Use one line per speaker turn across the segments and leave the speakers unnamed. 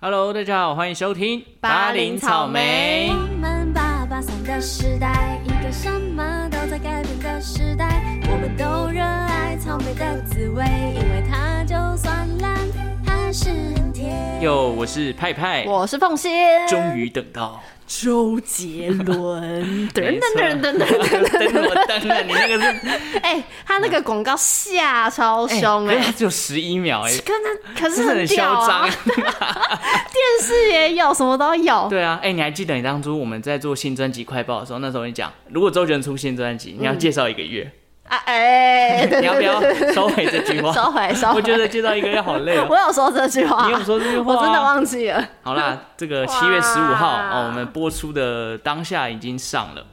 Hello，大家好，欢迎收听
巴林草莓
我们八八三的时代，一个什么都在改变的时代，我们都热爱草莓的滋味，因为它就算烂，还是很甜。
哟，我是派派，
我是凤仙，
终于等 到，
周杰 伦，
没
噔噔
错
噔噔 噔噔
等
噔，
我等了，你那个 是
哎，他那个广告下超凶
可是它
哎。
只有十一秒哎、
可是可
真
是
的很嚣
屌啊！
张！
电视也有，什么都有。
对啊，哎、你还记得你当初我们在做新专辑快报的时候，那时候你讲，如果周杰伦出新专辑，你要介绍一个月，
啊，哎，对
你要不要
对对对
收回这句话？
收回收回？
我觉得介绍一个月好累哦、
嗯 我有说这句话，
你有说这句话、
我真的。忘记了。
好啦，这个七月十五号
哇
哦，我们播出的当下已经上了，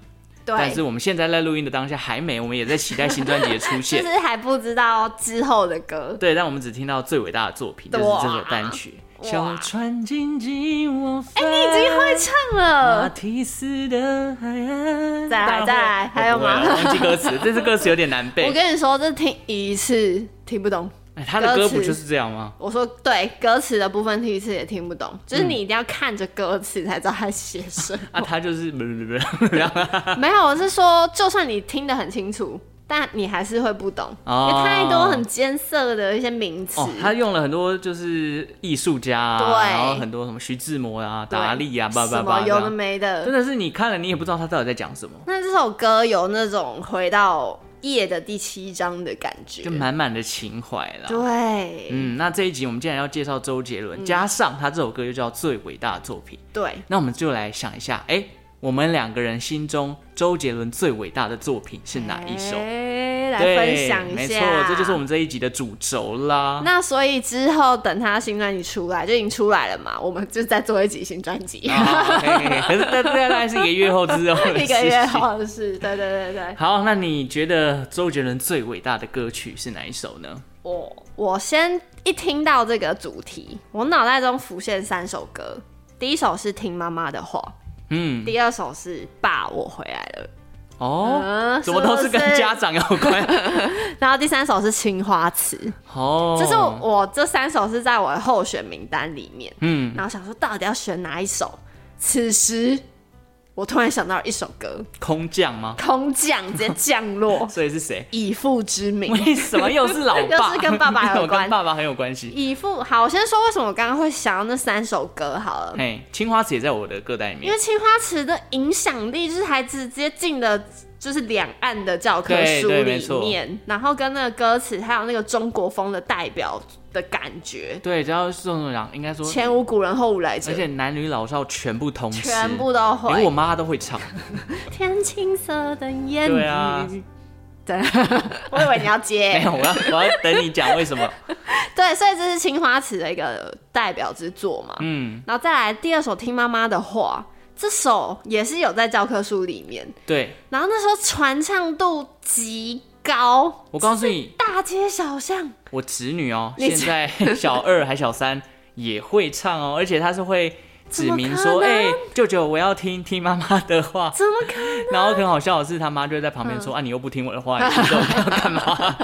但是
对，
我们现在在录音的当下还没，我们也在期待新专辑的出
就
现。
是还不知道之后的歌。
对，但我们只听到最伟大的作品，就是这首单曲《
哇
小船静静我飞》。
哎，你已
啊
经会唱了
马。蒂斯的海岸。
再来
大会
再来还有
我
吗
不会了啊忘记歌词，这次歌词有点难
我
背。
跟你说，这听一次听不懂。
哎他的歌
歌词
不就是这样吗？
我说对，歌词的部分第一次也听不懂，
嗯
就是你一定要看着歌词才知道他写 什
啊，他就是不不不不，然后
么。没有，我是说，就算你听得很清楚，但你还是会不懂，
哦
因为太多很艰涩的一些名词。
哦，他用了很多就是艺术家啊，
对
然后很多什么徐志摩啊、
对
达利啊，叭叭
什
叭
么
的，
有的没的
真。的是你看了你也不知道他到底在讲什么，
那这首歌有那种回到夜的第七章的感觉
就，满满的情怀啦。
对、
嗯，那这一集我们既然要介绍周杰
嗯
伦，加上他这首歌又叫《最伟大的作品》，
对，
那我们就来想一下，哎、我们两个人心中周杰伦最伟大的作品是哪一首？
哎来
对，
分享一下，
没错，这就是我们这一集的主轴啦。
那所以之后等他新专辑出来，就已经出来了嘛，我们就再做一集新专辑，
啊嘿嘿嘿可是那那大概是一个月后之后的
一个月
事情。
后的事。对对对对，
好，那你觉得周杰伦最伟大的歌曲是哪一首呢？
我我先一听到这个主题，我脑袋中浮现三首歌，第一首是《听妈妈的话》，
嗯，
第二首是《爸，我回来了
哦，》，
嗯，
怎么都是跟
不
家，长有关。
然后第三首是《青花瓷》，
哦，
这是我这三首是在我的候选名单里面，
嗯，
然后想说到底要选哪一首，此时。我突然想到一首歌，
空降吗？，
空降直接降落
所以是谁？
以父之名。
为什么又是老爸？
又是跟爸爸有
我 跟
关
爸爸很有关系。
以父好，我先说为什么我刚刚会想到那三首歌好了，
嘿，青花瓷也在我的歌单里
因
面
为。青花瓷的影响力就是还直接进了就是两岸的教科书
对对没
里
错
面，然后跟那个歌词还有那个中国风的代表的感觉，
对，只要是这种讲，应该说，
前无古人后无来者
而，且男女老少全部通吃，
全部都
连我
会。
妈都会唱。
天青色等烟
对 啊
雨，对，我以为你要 接
哎没。有，我要我要等你讲为什 么。
对，所以这是青花瓷的一个代表之作嘛。
嗯，
然后再来第二首《听妈妈的话》，这首也是有在教科书里面，
对，
然后那时候传唱度极高，
我告诉你，
大街小巷，
我侄女哦，
你
现在小二还小三也会唱哦，而且她是会指明
怎么
说，
可
哎、
能
舅舅，我要听听妈妈的 话。
怎么可能？
然后很好笑的是，他妈就会在旁边
嗯
说：“啊，你又不听我的 话，你知道我要干嘛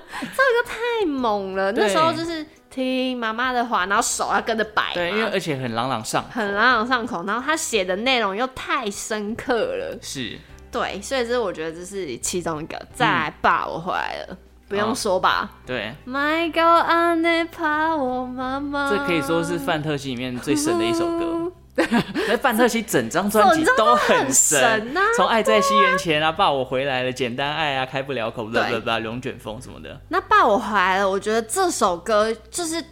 太猛了！
对
那时候就是听妈妈的话，然后手要跟着摆？”
对，因为
嘛，
而且很朗朗上口，
很朗朗上口。然后他写的内容又太深刻了，
是
对，所以这是我觉得这是其中一个。再来吧，我回来了，不用说吧。
对，
My God，安内怕我妈妈，
这可以说是范特西里面最神的一首 歌。 那范特西整张专辑
整张
都
都很
很神
神啊，
从《爱在西元前》啊，《爸我回来了》、《简单爱》啊，《开不了口》、
对
《不不不，龙卷风》什么的。
那爸，我回来了。我觉得这首歌就是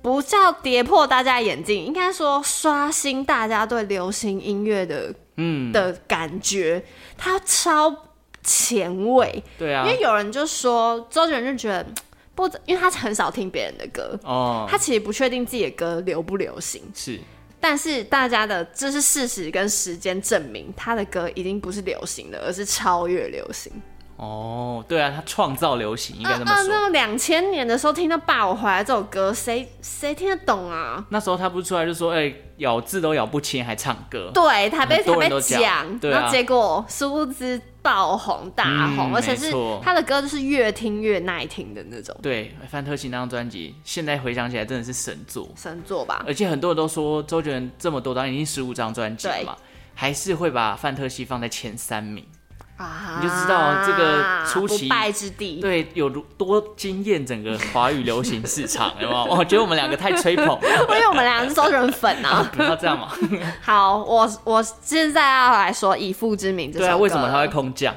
不叫跌破大家眼镜，应该说刷新大家对流行音乐的
嗯，
的感觉。它超前卫，
对
因
啊，
为有人就说周杰伦就觉得嗯不，因为他很少听别人的歌，
哦，
他其实不确定自己的歌流不流行。
是
但是大家的这是事实跟时间证明，他的歌已经不是流行的，而是超越流行。
哦，对啊，他创造流行，应
啊
该这么
啊，
说。
那两千年的时候听到《爸我回来》这首歌，谁谁听得懂啊？
那时候他不是出来就说，哎、咬字都咬不清，还唱歌。
对，台北
很
台
多人
北
都讲
讲，
对啊
然后结果殊不知爆红大红，
嗯
而且是
没错
他的歌就是越听越耐听的那种
对，范特西那张专辑，现在回想起来真的是神作。
神作吧。
而且很多人都说，周杰伦这么多张，已经十五张专辑了嘛，还是会把范特西放在前三名。哎
啊，
你就知道这个出
不
其
败之地。
对，有如多惊艳整个华语流行市场，有没有？我觉得我们两个太吹捧了，。
因为我们俩是周杰伦粉啊
不要这样嘛。
好，我我现在要来说《以父之名》这首
对
歌。
啊，为什么他会？空降？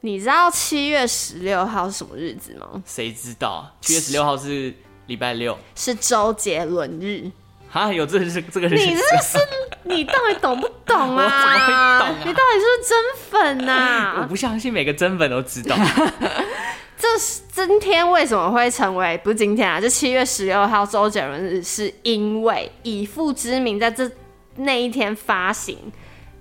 你知道七月十六号是什么日子吗？
谁知道啊？七月十六号是礼拜六，
是周杰伦日。
哈，有这是这个日
你
子
这是你到底懂不懂
我怎么会
啊？
懂啊
你到底是不是真粉
我
呐、
不相信每个真粉都知道。
这是今天为什么会成为不是今天啊？就七月十六号周杰伦日，是因为《以父之名》在这那一天发行，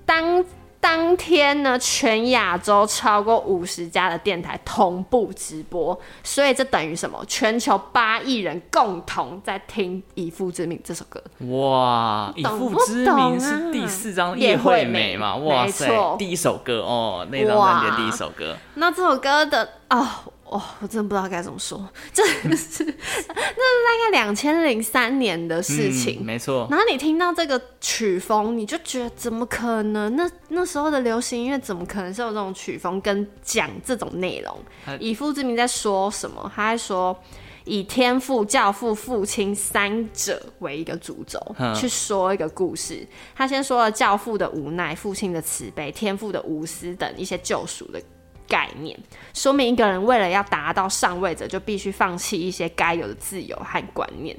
当当天呢，全亚洲超过五十家的电台同步直播，所以这等于什么？全球八亿人共同在听《以父之名》这首歌。
哇，以
懂
父
不
之
懂
名
啊
是第四张
叶
叶惠
惠美
美嘛？
没
哇塞
错，
第一首歌哦，那张专辑的
哇
第一首歌，
那这首歌的哦，哦，我真的不知道该怎么说，这是 那是大概两千零三年的事情。
嗯没错。
然后你听到这个曲风，你就觉得怎么可能？那那时候的流行音乐怎么可能是有这种曲风跟讲这种内容
他？
以父之名在说什么？他在说以天父、教父、父亲三者为一个主轴
嗯
去说一个故事。他先说了教父的无奈、父亲的慈悲、天父的无私等一些救赎的概念，说明一个人为了要达到上位者，就必须放弃一些该有的自由和观念。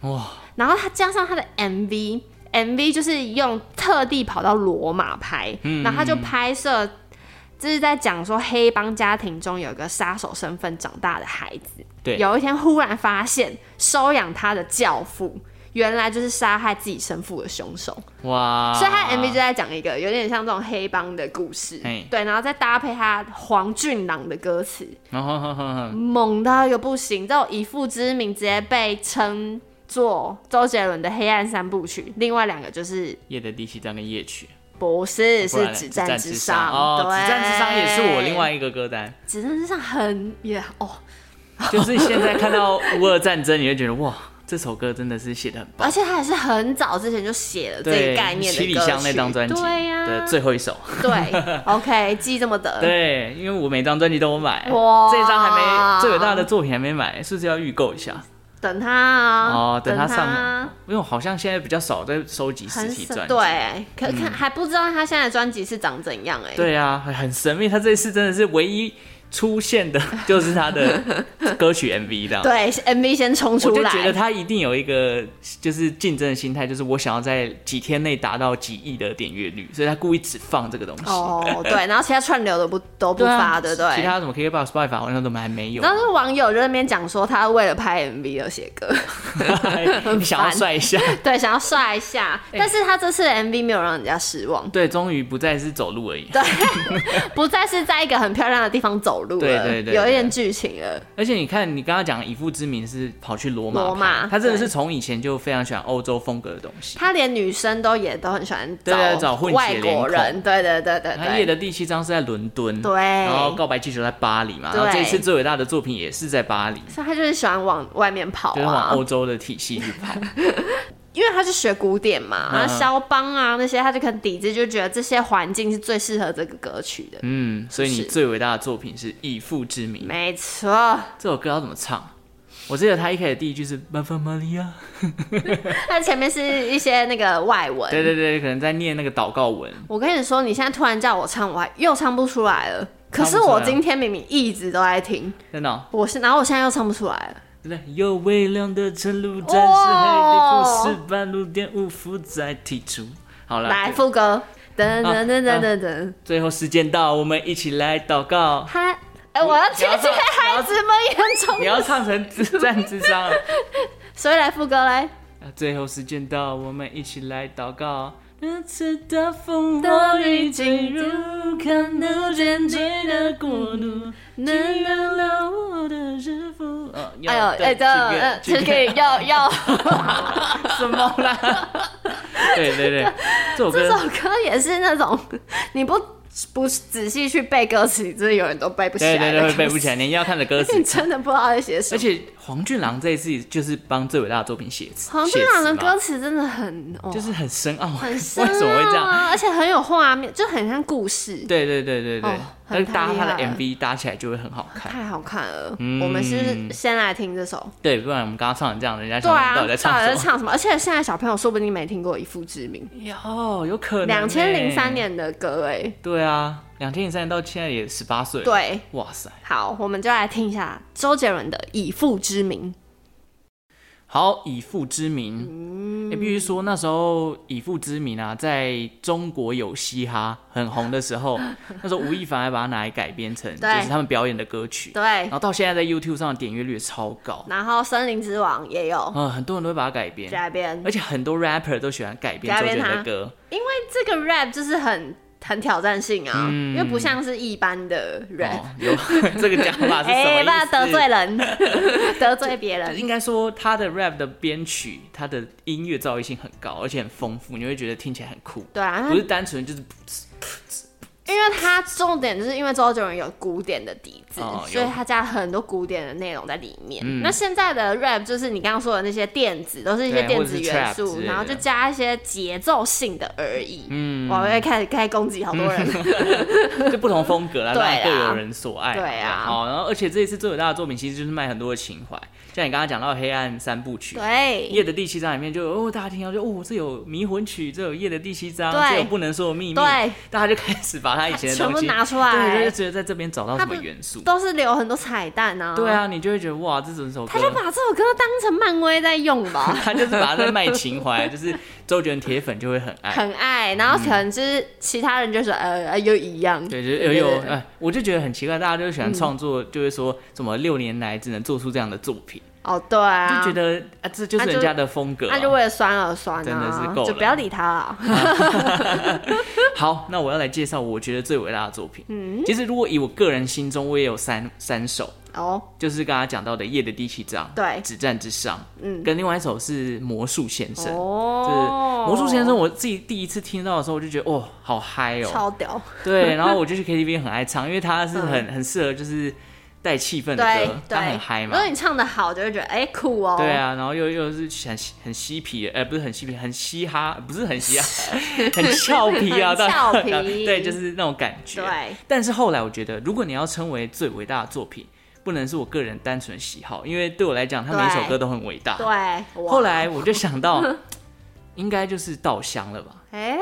哇，
然后他加上他的 MV。MV 就是用特地跑到罗马拍，
嗯
然后他就拍摄，就是在讲说黑帮家庭中有一个杀手身份长大的孩子，
对
有一天忽然发现收养他的教父原来就是杀害自己生父的凶手，
哇，
所以他的 MV 就在讲一个有点像这种黑帮的故事
嘿，
对，然后再搭配他黄俊朗的歌词，
哦呵呵呵呵
猛到一个不行，这种以父之名直接被称作周杰伦的黑暗三部曲，另外两个就是
夜的第七张跟夜曲，
不是
哦不
是
然
只
战
战
之
之上，
哦，
对，
只战之上也是我另，外一个歌 单，
只战之上很也哦，
就是现在看到乌俄战争，你会觉得哇，这首歌真的是写的很棒
而。且他也是很早之前就写了这
对，
个概念的
七里
歌
香那
曲
张专辑
对呀、
的最后一 首，
对，OK，记这么得，
对，因为我每张专辑都有买，
哇
这张还没最伟大的作品还没买，是不是要预购一下？
等他啊，
哦等他
他
上因为我好像现在比较少在收集实
很
体
少
专辑，嗯
对，可看、还不知道他现在的专辑是长怎样哎、
对啊，很很神秘。他这次真的是唯一出现的， 就是他的歌曲 MV 这样。
对，MV 先冲
我
出
就
来，
觉得他一定有一个就是竞争的心态，就是我想要在几天内达到几亿的点阅率，所以他故意只放这个东西。
哦，对，然后其他串流的不都不
对啊
发，对不
其
对？
他什么 KKBOX、Spotify 好像都还 没有啊
然。后那网友就在那边讲说，他为了拍 MV 而写歌，
你想要帅一下，
对，想要帅一下。
哎
但是他这次的 MV 没有让人家失 望，
对，终于不再是走路 而已。
不再是在一个很漂亮的地方走路了，
对对对
有一点
对
剧情了。
而且你看，你刚刚讲以父之名是跑去罗马拍，
罗马
他真的
对
是从以前就非常喜欢欧洲风格的东西。
他连女生都也都很喜欢
对对找混血
外国
脸
人，对对对对
他夜
对。
的第七章是在伦敦，
对
然后告白气球在巴黎嘛，然后
对
这一次最伟大的作品也是在巴黎，
所以他就是喜欢往外面跑
就是往哦
啊
欧，洲的体系去跑。
因为他是学古典嘛，
嗯
然后肖邦啊那些，他就可能抵制，就觉得这些环境是最适合这个歌曲的。
嗯，所以你
是
最伟大的作品是《以父之名》。
没错，
这首歌要怎么唱？我记得他一开始第一句是“巴巴玛利亚
它前面是一些那个外”，文。
对对对，可能在念那个祷告文。
我跟你说，你现在突然叫我唱，我还又唱不出来了。可是
唱不出
我
来
今天明明一直都在听，
真的哦、
我是，然后我现在又唱不出来了。
对不对？有微亮的晨露，暂时
哦
黑里不是半路点五伏再剔除。好了，
来副
啊
歌，噔噔噔噔噔噔，
最后时间到，我们一起来祷 告。
他，哎，我要
你
切
要
切
唱
孩子们眼
你
中，
要唱成《自战之章》了。
所以来副歌来，
啊最后时间到，我们一起来祷告。那次的风我已经入，看不见谁的国度，能能了我的日复。啊要
哎呦，
对
哎这呃，
这
这
个
个 要要，
什么啦？对对对，这首
这
歌
首歌也是那种你不不仔细去背歌词，你真的永远都背不起
对
来。
对对会背不起来，，你要看着歌词
你。真的不知道在写什
而
么。
且黄俊郎这一次就是帮最伟大的作品写词，
黄俊朗的
写词嘛
歌词真的很，哦
就是很深奥，
很 深
为什么会这样？
啊，而且很有画面，就很像故事。
对对对对对，
哦
但
很
是搭
厉
他的
害
MV 搭起来就会很好看。
太好看了，
嗯
我们是先来听这首，
对，不然我们刚刚唱成这样，人家
对
想
啊，
到
到
底
底
在唱什
在
么？
唱什么？而且现在小朋友说不定没听过《以父之名
有有可》，能
两千零
欸
三，年的歌哎，
对啊，两千零三年到现在也十八岁，，
对，
哇塞，
好，我们就来听一下周杰伦的《以父之名
好，以父之名，
嗯
也、必须说那时候以父之名啊，在中国有嘻哈很红的时 候，那时候吴亦凡还把它拿来改编成就
对
是他们表演的歌曲》，，
对
然，后到现在在 YouTube 上的点阅率也超高，
然后《森林之王》也有
嗯，很多人都会把它改编，
改编
而，且很多 rapper 都喜欢改编
改
周杰
编
伦的
他
歌，
因为这个 rap 就是很很挑战性啊，
嗯
因为不像是一般的 rap，
哦，有 这个讲法是什么意
哎不要
思？
得 罪人，得罪别人，
应该说他的 rap 的编曲，他的音乐造诣性很高，而且很丰富，你会觉得听起来很酷，
对啊，他
不是单纯就是
因为他重点就是因为周杰伦有古典的底子，
哦有
所以他加了很多古典的内容在里面。
嗯
那现在的 rap 就是你刚刚说的那些电子，都是一些
对
电
或者
子
是
元
trap 之
素，
类的
然后就加一些节奏性的而已。
嗯
我会开始开始攻击好多人，
就不同风 格啦，
对
当
啊
然各有人所爱。
对啊
好，然后而且这一次最伟大的作品其实就是卖很多的情怀，像你刚刚讲到《黑暗三部曲》。
对
夜的第七章里面就哦，大家听到就哦，这有迷魂曲，这有夜的第七章，
对
这有不能说的秘密，
对，
大家就开始把他以前的
全
东
部
西
拿出来
对，就觉得在这边找到什
他啊
么
不
元素，
都是留很多彩蛋啊。
对，啊，你就会觉得哇，这整首歌
他就把这首歌当成漫威在用 吧，
他就是把它在卖情怀，就是周杰伦铁粉就会很爱。
很爱。然后可能就是其他人就说呃呃又一样，
对，就是有有哎，我就觉得很奇怪，大家就
嗯
喜欢创作，就会说什么六年来只能做出这样的作品，
哦对啊，
就觉得啊，这就是
啊就
人家的风格啊、
那就为了酸而酸啊，
真的是够了
就不要理他啊了。
好，那我要来介绍我觉得最伟大的作品。嗯，其实如果以我个人心中，我也有三三首，
哦，
就是刚刚讲到的《夜的第七章》、
对
止战之上》，
嗯
跟另外一首是《魔术先生》。就是
哦，
魔术先生，我自己第一次听到的时候，我就觉得哦，好嗨哦，
超屌，
对，然后我就去 KTV 很爱唱，因为它是很、很适合就是带气氛的
嗯对
歌，它
对，
很嗨嘛
如。果你唱的好，就会觉得哎酷哦，
对，啊，然后又又是很很嬉皮的，呃，不是很嬉皮，很嘻哈，不是很嘻 哈，很俏皮啊，
很俏皮
对，就是那种感觉。
对。
但是后来我觉得，如果你要称为最伟大的作品，不能是我个人单纯喜好，因为对我来讲，它每一首
对
歌都很伟大。
对，哇
后来我就想到， 应该就是《稻香》了吧？
哎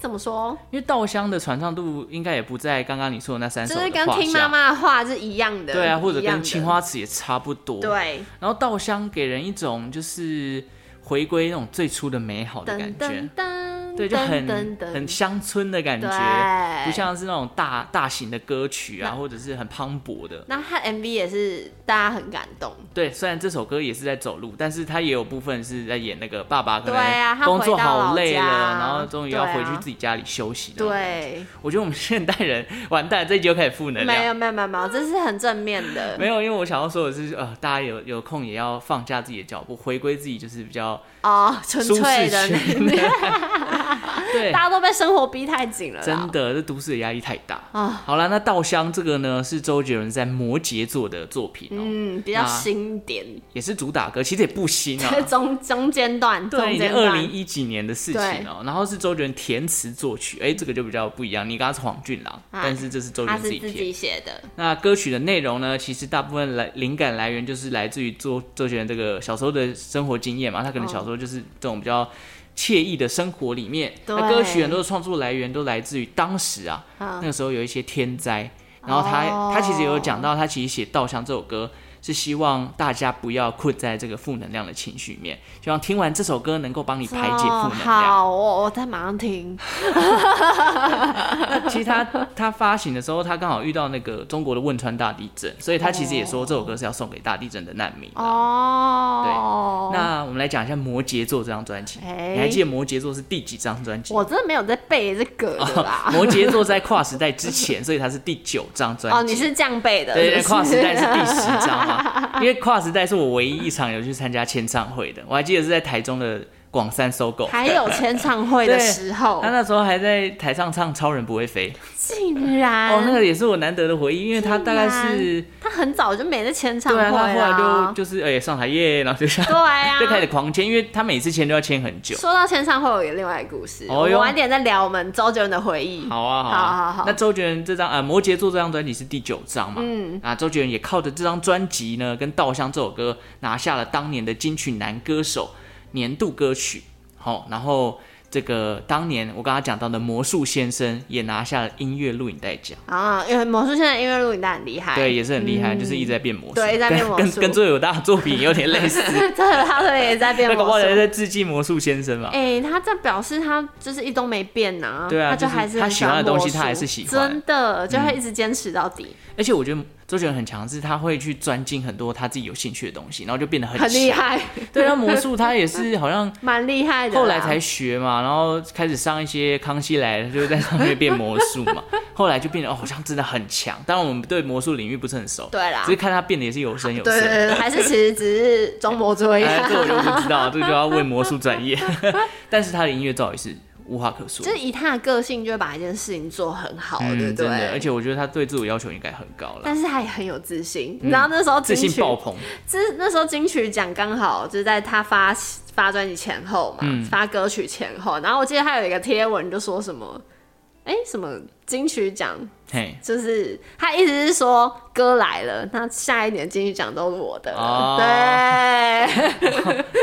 怎么说，
因为《稻香》的传唱度应该也不在刚刚你说的那三首
就
的
是跟
话
听
下
妈妈的话是一样的，
对啊，或者
一样
跟
的
青花瓷也差不多。，
对，
然后稻香给人一种就是回归那种最初的美好的感
噔
觉，
噔噔，
对，就很
噔噔
很乡村的感觉，
对，
不。像是那种大大型的歌曲啊，或者是很磅礴的。
那他 MV 也是大家很感动，
对，虽然这首歌也是在走路，但是它也有部分是在演那个爸爸可
对啊
能
他
工作
回到
好
老
累了，
家
然后终于要
对啊
回去自己家里休息。，
对，
我觉得我们现代人完蛋，这一集又开始负能量
没。有没有没有没有，这是很正面的，
没有，因为我想要说的是，呃，大家有有空也要放下自己的脚步，回归自己，就是比较
哦，纯
舒
粹
适
的那
圈。 对，
大家都被生活逼太紧了啦，
真的，这都市的压力太大
啊
好了，那《稻香》这个呢，是周杰伦在摩羯座的作品哦，
嗯，比较
那
新一点，
也是主打歌，其实也不新 啊
在。中中间段，
对，
中
已经
间
二零
段，
一几年的事情哦，然后是周杰伦填词作曲，哎，这个就比较不一样。你刚刚是黄俊郎，
哎
但是这是周杰
他
伦自
是
己
自
填。
己写的，
那歌曲的内容呢，其实大部分来灵感来源就是来自于周周杰伦这个小时候的生活经验嘛，他可能小时候就是这种比较惬意的生活里面。
对
那歌曲很多的创作来源都来自于当时啊，
嗯
那个时候有一些天灾，然后他、
哦
他其实有讲到，他其实写《稻香》这首歌。是希望大家不要困在这个负能量的情绪里面，希望听完这首歌能够帮你排解负
哦
能量。
好，我我在马上听。
其实他他发行的时候，他刚好遇到那个中国的汶川大地震，所以他其实也说这首歌是要送给大地震的难民的。
哦，
啊那我们来讲一下摩羯座这张专辑，
哎
你还记得摩羯座是第几张专辑？
我真的没有在背这个的啦。 哦
摩羯座在跨时代之前，所以它是第九张专辑。
哦，你是这样背的，
对对，
是不是
跨时代是第十张嘛？因为跨时代是我唯一一场有去参加签唱会的，我还记得是在台中的广山搜狗，
还有签唱会的时 候
啊他，那时候还在台上唱《超人不会飞》，
竟然
哦，那个也是我难得的回忆，因为他
啊
大概是
他很早就没在签唱
对
会
啊，他后来就
啦。
就是哎、上台耶，然后就下、
对 啊，
就开始狂签，因为他每次签都要签很久。
说到签唱会，我有另外一个故事，
哦
我
哟
们晚点再聊我们周杰伦的回忆。
好啊，好
好
啊，
好好
那周杰伦这张啊、呃摩羯座》这张专辑是第九张嘛？
嗯
啊，周杰伦也靠着这张专辑呢，跟《稻香》这首歌拿下了当年的金曲男歌手年度歌曲。好、然后这个当年我刚刚讲到的《魔术先生》也拿下了音乐录影带奖，
啊，因为魔术现在音乐录影带很厉害，
对，也是很厉害，就是一直在变魔术，
哎嗯对一直在变魔
跟 跟
术
跟最有大的作品有点类似。
真的，他特别也在 变
那搞不
魔
好
术
人。在致敬魔术先生嘛？
哎、他这表示他就是一都没变呐、
对啊
他就
就是
还是
他
很
喜欢的东西
魔术
他还是喜欢嗯
真的就会一直坚持到底，
而且我觉得周杰伦很强，是他会去钻进很多他自己有兴趣的东西，然后就变得很
很厉
强。
害，
对啊，魔术他也是 好像
蛮厉害的啦。
后来才学嘛，然后开始上一些《康熙来了》，就是在上面变魔术 嘛。后来就变得哦，好像真的很强。当然，我们对魔术领域不是很熟，
对啦
只是看他变得也是有声有色。
对对 对，对还是其实只是装模作
哎，这我就
样。
不知道， 这就要问魔术专业。 但是他的音乐造诣是无话可说
就，是以他的个性，就会把一件事情做很好，对不
嗯，
对
真？的。而且我觉得他对自我要求应该很高了，
但是他也很有自信，你知道那时候
嗯自
金
信
曲
爆棚。
就是那时候金曲奖刚好就是在他发发专辑前后嘛，
嗯
发歌曲前后，然后我记得他有一个贴文就说什么，哎、什么金曲奖，
嘿，
就是他意思是说歌来了，那下一年金曲奖都是我的了，
哦
对，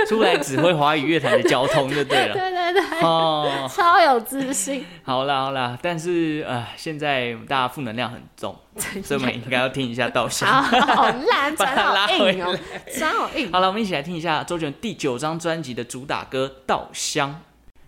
出来指挥华语乐坛的交通就对 了。
对对 对，
哦，
超有 自信，
好啦好啦，但是呃，现在大家负能量很重，所以我们应该要听一下稻香。
好好烂，
把
转
他拉
好
回
硬哦、转好硬。
好了，我们一起来听一下周杰伦第九张专辑的主打歌《稻香》。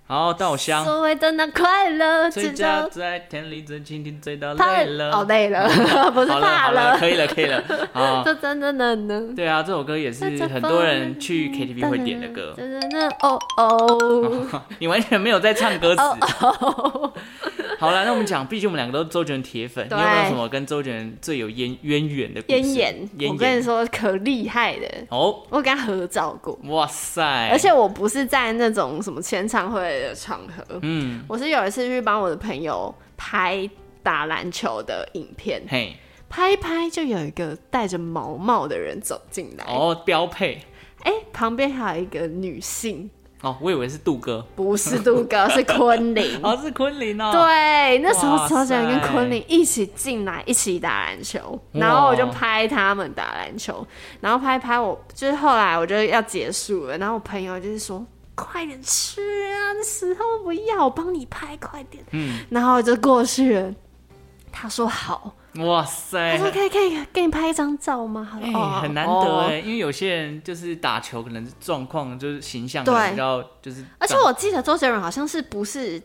好，《稻香》
所谓的那快乐，
睡
只
觉
叫
在田里，醉蜻蜓醉到
怕
累了。
哦累了， 不是
好了，
怕
好了，可以了，可以了。 好，
这真的能能。
对啊，这首歌也是很多人去 KTV 会点的歌。
真的呢，哦哦，
你完全没有在唱歌词。
Oh
哦好了，那我们讲，毕竟我们两个都是周杰伦铁粉，你
对
有没有什么跟周杰伦最有渊渊源的故事？
咽炎，我
渊
跟你
源。
说可厉害的，
哦，
我跟他合照过，
哇塞！
而且我不是在那种什么签唱会的场合，
嗯，
我是有一次去帮我的朋友拍打篮球的影片，
嘿，
拍一拍就有一个戴着毛帽的人走进来，
哦，标配。
哎，旁边还有一个女性，
哦，我以为是杜哥，
不是杜哥，是昆凌。
哦，是昆凌哦。
对，那时候周杰伦
哇
跟
塞
昆凌一起进来，一起打篮球，
哇
然后我就拍他们打篮球，然后拍拍我，就是后来我就要结束了，然后我朋友就是说。快点去啊！那时候不要，我帮你拍，快点。
嗯，
然后我就过去了。他说好，
哇
他
塞，
说可以可以，给你拍一张照吗？好，
哎、
哦
很难得哎、
哦
因为有些人就是打球，可能是状况就是形象可
对
能比较就是，
而且我记得周杰伦好像是不是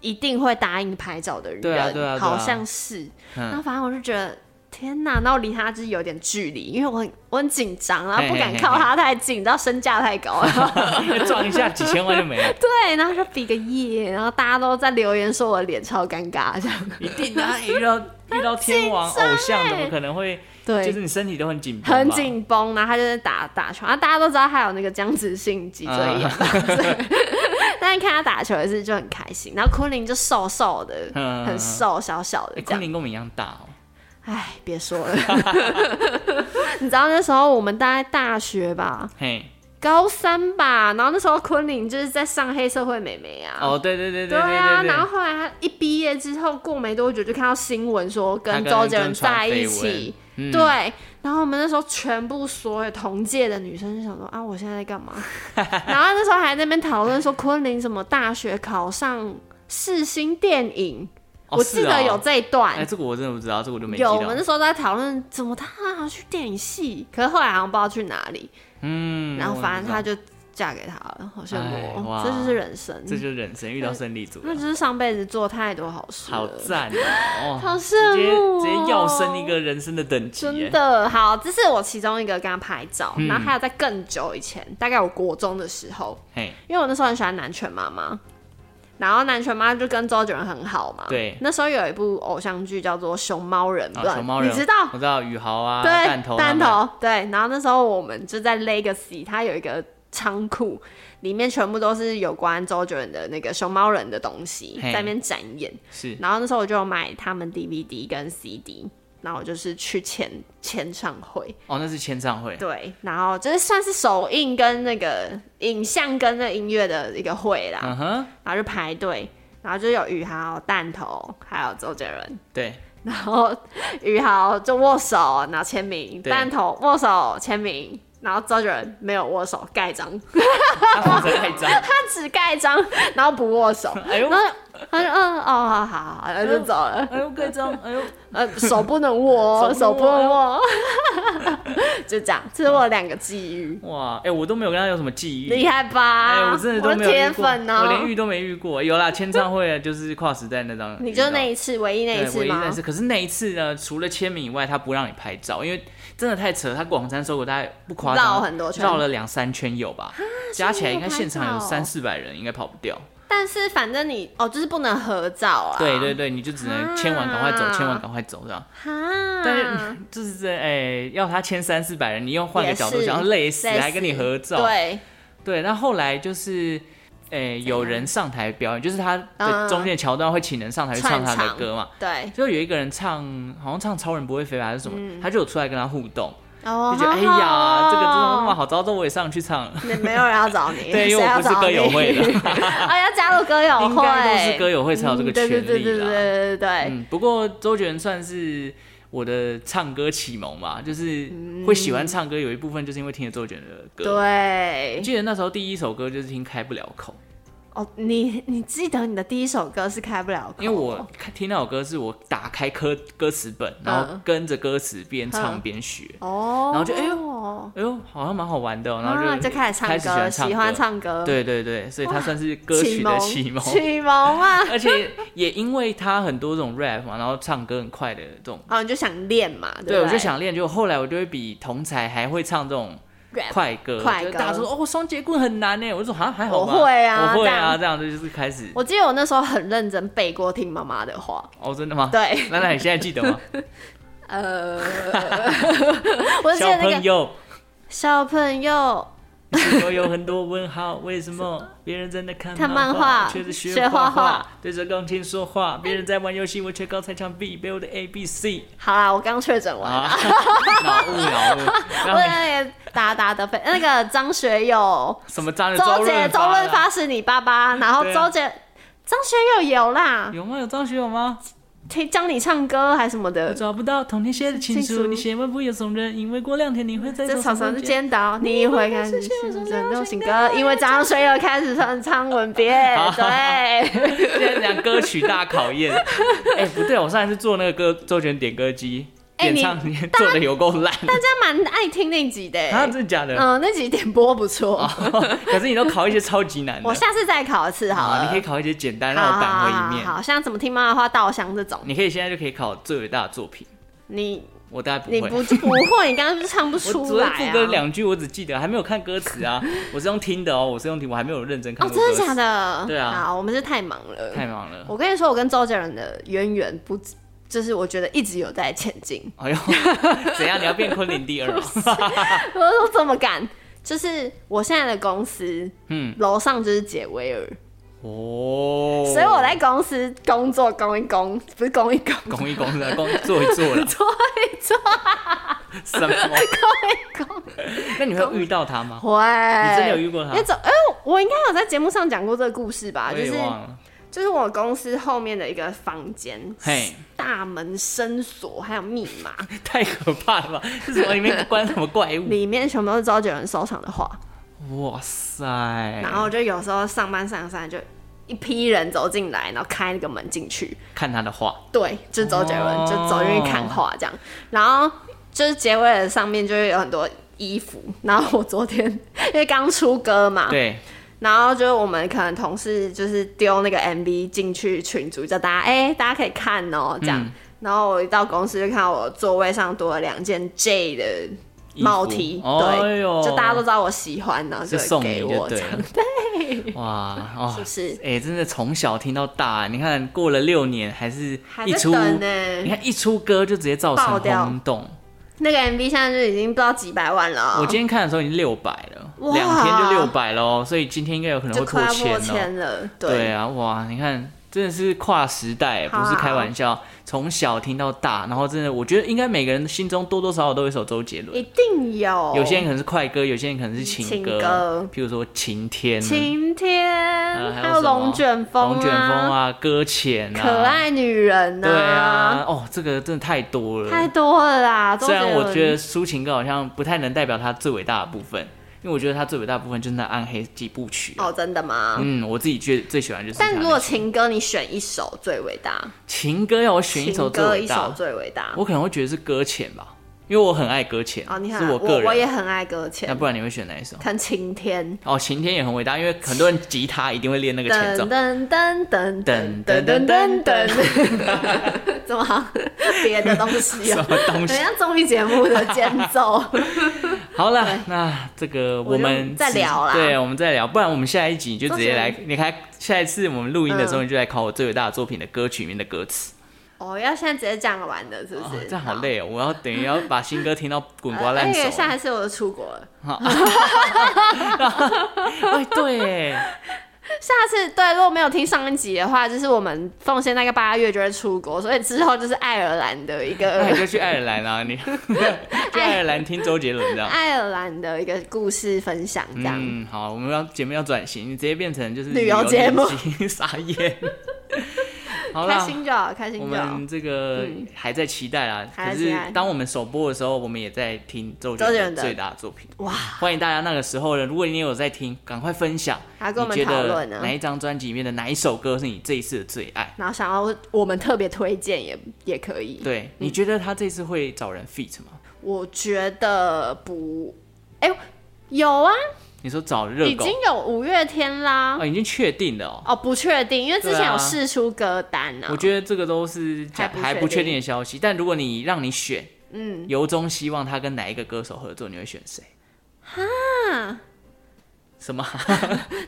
一定会答应拍照的人，
对啊对啊对啊
好像是。
嗯
然后反正我就觉得。天呐，然后离他就是有点距离，因为我很我很紧张，然后不敢靠他太近，你知道身价太高 了。
撞一下几千万就没 了，
对，然后就比个耶，然后大家都在留言说我的脸超尴尬这样。
一定啊！遇到遇到天王偶像，怎么可能会？
对，
就是你身体都欸很紧绷吧，
很紧绷，然后他就是打打球，啊，大家都知道他有那个僵直性脊椎炎嘛，对 但是看他打球也是就很开心。然后昆凌就瘦瘦的，
嗯
很瘦小小
哎
的这
昆
样。
凌跟我们一样大哦，
哎，别说了， 你知道那时候我们大概大学吧，
嘿，
高三吧，然后那时候昆凌就是在上黑社会美眉啊。
哦，对对对对
对啊，
对哦
然后后来他一毕业之后，过没多久就看到新闻说
他
跟
跟
周杰伦
跟传
在一
绯
起，
嗯
对，然后我们那时候全部所有同届的女生就想说啊，我现在在干嘛？ 然后那时候还在那边讨论说昆凌什么大学考上世新电影，
哦
我记
是哦
得有这一段。
哎，这个我真的不知道，这个我就没记
有，
到。
我们那时候在讨论怎么她好像去电影系，可是后来好像不知道去哪里，
嗯，
然后反正她
我
就嫁给他了，好羡慕
哎
哦
哇，
这就是人生，
知道这就是人生遇到胜利组了
嗯那，就是上辈子做太多好事了，
好赞哦！
好
哦
羡
直接
慕哦
直接要升一个人生的等级耶，
真的好，这是我其中一个跟他拍照，
嗯
然后还有在更久以前，大概我国中的时候，
嘿，
因为我那时候很喜欢南拳妈妈，然后南拳妈就跟周杰伦很好嘛。
对
那时候有一部偶像剧叫做《熊猫人》，不
啊
知道
熊猫人，
你知道？
我知道宇豪啊，
对，
弹头他们，
对。然后那时候我们就在 Legacy，它有一个仓库，里面全部都是有关周杰伦的那个熊猫人的东西，
嘿
在那边展演。
是
然后那时候我就有买他们 DVD 跟 CD，然后我就是去签签唱会，
哦，那是签唱会，
对，然后就是算是首映跟那个影像跟那音乐的一个会啦，
嗯哼，
然后就排队，然后就有宇豪、弹头还有周杰伦，
对，
然后宇豪就握手，然后签名，
对
弹头握手签名。然后周杰伦没有握手盖章，
他负 责盖章，
他只盖章， 然后不握手，
哎呦
然，后他就嗯哦好好好，然后就走了。
哎呦盖章，哎呦，，
呃，手不能握手
手
不
不能
能握， 就这样，这是我两个际遇，
哇，哎，我都没有跟他有什么记忆，
厉害吧？
哎，我真的都没有
铁
遇过，
粉哦
我连
呢。
遇都没遇过。有啦，签唱会啊，就是跨时代那张遇到，
你就那一次，唯一那一
对，
次
唯一
吗
那？次。可是那一次呢，除了签名以外，他不让你拍照，因为真的太扯。他广山搜狗大概不夸张，
绕很多圈
绕了两三圈有吧，加起来应该现场有
所以没有拍
三
照
四百人，应该跑不掉。
但是反正你哦，就是不能合照啊。
对对对，你就只能签完赶快走，
啊
签完赶快走这样。
哈，
但是嗯就是这哎，要他签三四百人，你又换个角度
也是
想，累死，
累死
还跟你合照。
对，
对，那后来就是，诶、有人上台表演，就是他的
嗯
中间桥段会请人上台去唱他
串
的
场
歌嘛。
对，
就有一个人唱，好像唱《超人不会飞》吧，还是什么，他就有出来跟他互动，
嗯哦
就觉得哎呀，这个真的那么
好
好，早知道我也上去唱了。
好，没没有人要找你，
对，因为
谁
我
要
不是
找
歌
你
友会 的，，
啊，要加入歌友会，
应该都是歌友会才有这个
嗯对对
权
对
利
对对
啦。
对对对，
嗯，不过周杰伦算是我的唱歌启蒙吧，就是会喜欢唱歌，有一部分就是因为听了周杰伦的歌。
嗯对
我，记得那时候第一首歌就是听《开不了口》。
哦，你你记得你的第一首歌是开不了口，
因为我看听那首歌是我打开歌歌词本，然
嗯
后跟着歌词边唱边学，
哦，
然后就哎
呦，
哎呦，好像蛮好玩的哦、然
啊
后就、
就开始唱
开始喜
歌，
欢唱
喜
歌
欢唱歌，，
对对对，所以它算是歌曲的启蒙，
启蒙啊，
而且也因为它很多这种 rap 嘛，然后唱歌很快的这种，
哦，你就想 练嘛，不
对我就想练，就后来我就会比同才还会唱这种
rap，
快歌，
快
就
歌
是大家说哦双节棍很难呢，我就说好像还好吧，
我会啊
我会
这
啊，
样
这样这就是开始，
我记得我那时候很认真背过听妈妈的话，
哦真的吗？
对，
那那你现在记得吗？
呃， 我记
小
得那
朋
个
友。
小朋友
我有很多问号，为什么别人在那看
看漫
漫
画
却是
学
学
画
画
画，
对着钢琴说话？别人在玩游戏，我却高才唱必背我的 A B C
好啦，我刚确诊完，
啊！ 脑雾脑雾，然
我
后
那个达达的粉，那个张学友。
什么张
周杰
杰
周润发是你爸爸，然后
对啊
周杰、张学友有啦，
有吗？有张学友吗？
听教你唱歌还什么
我
的，
找不到童年写的情
情书
书，你写完不也送人？因为过两天你会在
在草上
上 见。
见到你会看见整流行歌，因为张学友开始唱唱吻别，对，
现在讲歌曲大考验。 哎，不对，我上一次做那个歌周杰伦点歌机
哎
点
你
唱，做的有够烂
大家蛮爱听那集的、
啊！真的假的？哦
嗯，那集点播不错，
可是你都考一些超级难的。
我下次再考一次好
好，
了。
你可以考一些简单，
好
让
好
我
好
扳回一
好
面。
好，像怎么听妈妈话、稻香这种，
你可以现在就可以考最伟大的作品，
你
我大概不
你
会。
不不会，你刚刚就是唱不
我
出
只
来
会副歌
啊。
两句，我只记得还没有看歌词啊，我是用听的哦，我是用听，我还没有认真看
哦，
过歌
真的
词。
假的？
对啊
好，我们是太忙了，
太忙了，
我跟你说，我跟周杰伦的渊源不止，就是我觉得一直有在前进。
哎呦， 怎样？你要变昆凌第二吗？
我说怎么敢？就是我现在的公司
嗯，
楼上就是解威尔，
哦，
所以我在公司工作攻一攻，不是攻一攻，
拱一拱的，拱坐一坐 了，
做一做
什么？
攻一攻。
那你会遇到他吗？
会，
你真的有遇过他
那？种，哎、我应该有在节目上讲过这个故事吧？
我
就
也
是
忘了。
就是我公司后面的一个房间
嘿，
大门深锁，还有密码，
太可怕了吧！是什么？里面关什么怪物？
里面全部都是周杰伦收藏的画。
哇塞！
然后就有时候上班上上就一批人走进来，然后开那个门进去。
看他的画，
对，就是周杰伦，
哦
就走进去看画这样。然后就是结尾的上面就会有很多衣服。然后我昨天因为刚出歌嘛，
对，
然后就是我们可能同事就是丢那个 MV 进去群组，叫大家哎、大家可以看哦、这样。
嗯
然后我一到公司就看到我座位上多了两件 J 的
衣服
帽 T，
哎
对，
呦
就大家都知道我喜欢，然后
是
就
送你
给
就
我这
对
样，
了，对，哇
是
哦
不，是？
哎、真的从小听到大，你看过了六年，还是
还
一
在
出，
等呢、
你看一出歌就直接造成
爆掉
轰动。
那个 MV 现在就已经不知道几百万了哦、
我今天看的时候已经六百了，
哇
两天就六百喽，所以今天应该有可能
就
会
快要
千哦。
破千了，
对啊，哇，你看真的是跨时代，
好
不是开玩笑，从小听到大，然后真的我觉得应该每个人心中多多少少都有一首周杰伦
一。定有。
有些人可能是快歌，有些人可能是情
情歌
譬如说《晴天》
晴天，
呃，
还
有什么
龙卷风、啊，
龙卷风啊，搁浅啊，
可爱女人
对啊，哦，这个真的太多了。
太多了啦。周
虽
杰
然
伦
我觉得抒情歌好像不太能代表他最伟大的部分，因为我觉得他最伟大的部分就是那暗黑几部曲、啊
哦，真的吗？
嗯，我自己最最喜欢就是他那
但
些。
如果情歌，你选一首最伟大，
情歌要我选一首
情
最
歌一
伟
首
大，
最伟大。
我可能会觉得是搁浅吧，因为我很爱搁浅，
哦，你
是
很我
个人。
也很爱搁浅
那，不然你会选哪一首？
看晴天。
哦，晴天也很伟大，因为很多人吉他一定会练那个前
噔
奏。
噔噔噔噔噔噔噔噔， 怎么好别的东 西
什
哦？
么东
很
西？
像综艺节目的间奏，
好了，那这个
我
我
就
们
再
此
聊啦
对，我们再聊，不然我们下一集就直接来
周杰，
你看下一次我们录音的时候，
嗯
你就来考我最伟大的作品的歌曲里面的歌词。
哦，要现在直接讲完的，是
哦
嗯不是？，哎
这样好累哦！我要等于要把新歌听到滚瓜烂
而
熟
且
了。
下一次我就出国了，
哎，对耶，
下次对，如果没有听上一集的话，就是我们奉献大概八月就会出国，所以之后就是爱尔兰的一
那 你
个
就去爱尔兰啊， 你去爱尔兰听周杰伦这样。
爱尔兰的一个故事分享，这样、
嗯，好，我们要节目要转型，你直接变成就是
哎旅游节目
旅游特辑， 傻眼。好
开
啦，
心就好，开心
我
就好
们。这个还在期待啦。
还
可
在期
是
待
当我们首播的时候，我们也在听周
周
杰
杰
伦
伦的
最大的作品。
哇，
欢迎大家那个时候呢，如果你有在听，赶快分享，
还跟我们
你觉
讨
得
论呢
哪一张专辑里面的哪一首歌是你这一次的最爱？
然后想要我们特别推荐也也可以。
对，你觉得他这次会找人 feat 吗？
我觉得不，哎、有啊，
你说找热
已
狗
经有五月天啦。
哦，已经确定了哦。
哦，不确定，因为之
对
前
啊
有试出歌单啊呢、
我觉得这个都是假
还不确定
还不确定的消息，但如果你让你选，
嗯，
由衷希望他跟哪一个歌手合作，你会选谁？
啊，
什么？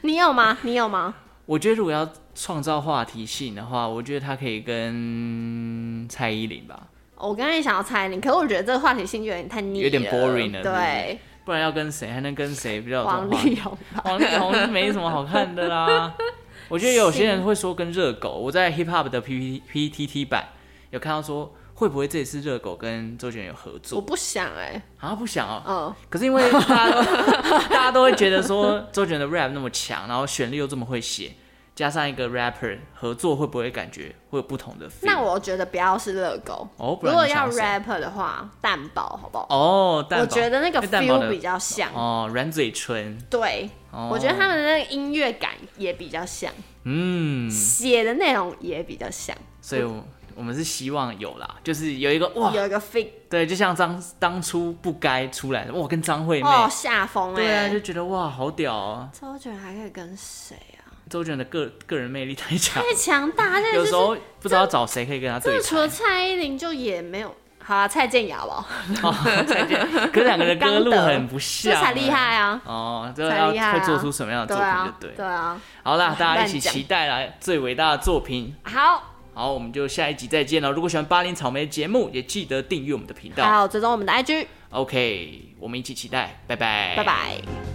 你有吗？你有吗？
我觉得如果要创造话题性的话，我觉得他可以跟蔡依林吧，
我刚才也想要猜你，可是我觉得这个话题性有点太腻了，
有点 boring 了
对，
不然要跟谁？还能跟谁比较有这
王
种话
力
题？
宏吧，
王力宏是没什么好看的啦。 我觉得有些人会说跟热狗，我在 hip hop 的 P P T T 版有看到说，会不会这次热狗跟周杰伦有合
我
作？
不想哎、
好像不想哦。
嗯，
可是因为大家 大家都会觉得说周杰伦的 rap 那么强，然后旋律又这么会写，加上一个 rapper 合作，会不会感觉会有不同的 feel？
那我觉得不要是热狗，
哦，嗯不
如
然
果
你
要
想谁
rapper 的话，蛋堡好不好？
哦，蛋堡
我觉得那个
因为蛋堡
feel
的
比较像，
哦软嘴唇，
对，
哦、
我觉得他们的那个音乐感也比较像，
嗯，
写的内容也比较像，
所以我我们是希望有啦，就是有一个哇，
有一个 feel
对，就像当当初不该出来的，哇，跟张惠妹，
哦下风
对啊，
哎、
就觉得哇，好屌哦，
周杰伦还可以跟谁啊？
周杰伦的个个人魅力太 强，
太强大，这
有
就
时
是
候不知道找谁可以跟他
真
对
的除
唱
了，蔡依林就也没有，好啊，蔡健雅吧，
可是两个人歌路
刚得
很不
这
像，
才厉害啊！
哦，这
才
要
厉害啊
会做出什么样的
对
作品
啊
就，对了。
对啊。
好啦，大家一起
乱讲
期待啦，最伟大的作品。
好，
好，我们就下一集再见了。如果喜欢巴林草莓的节目，也记得订阅我们的频
还
道。
有追踪我们的 IG，
OK，我们一起期待，拜拜，
拜拜。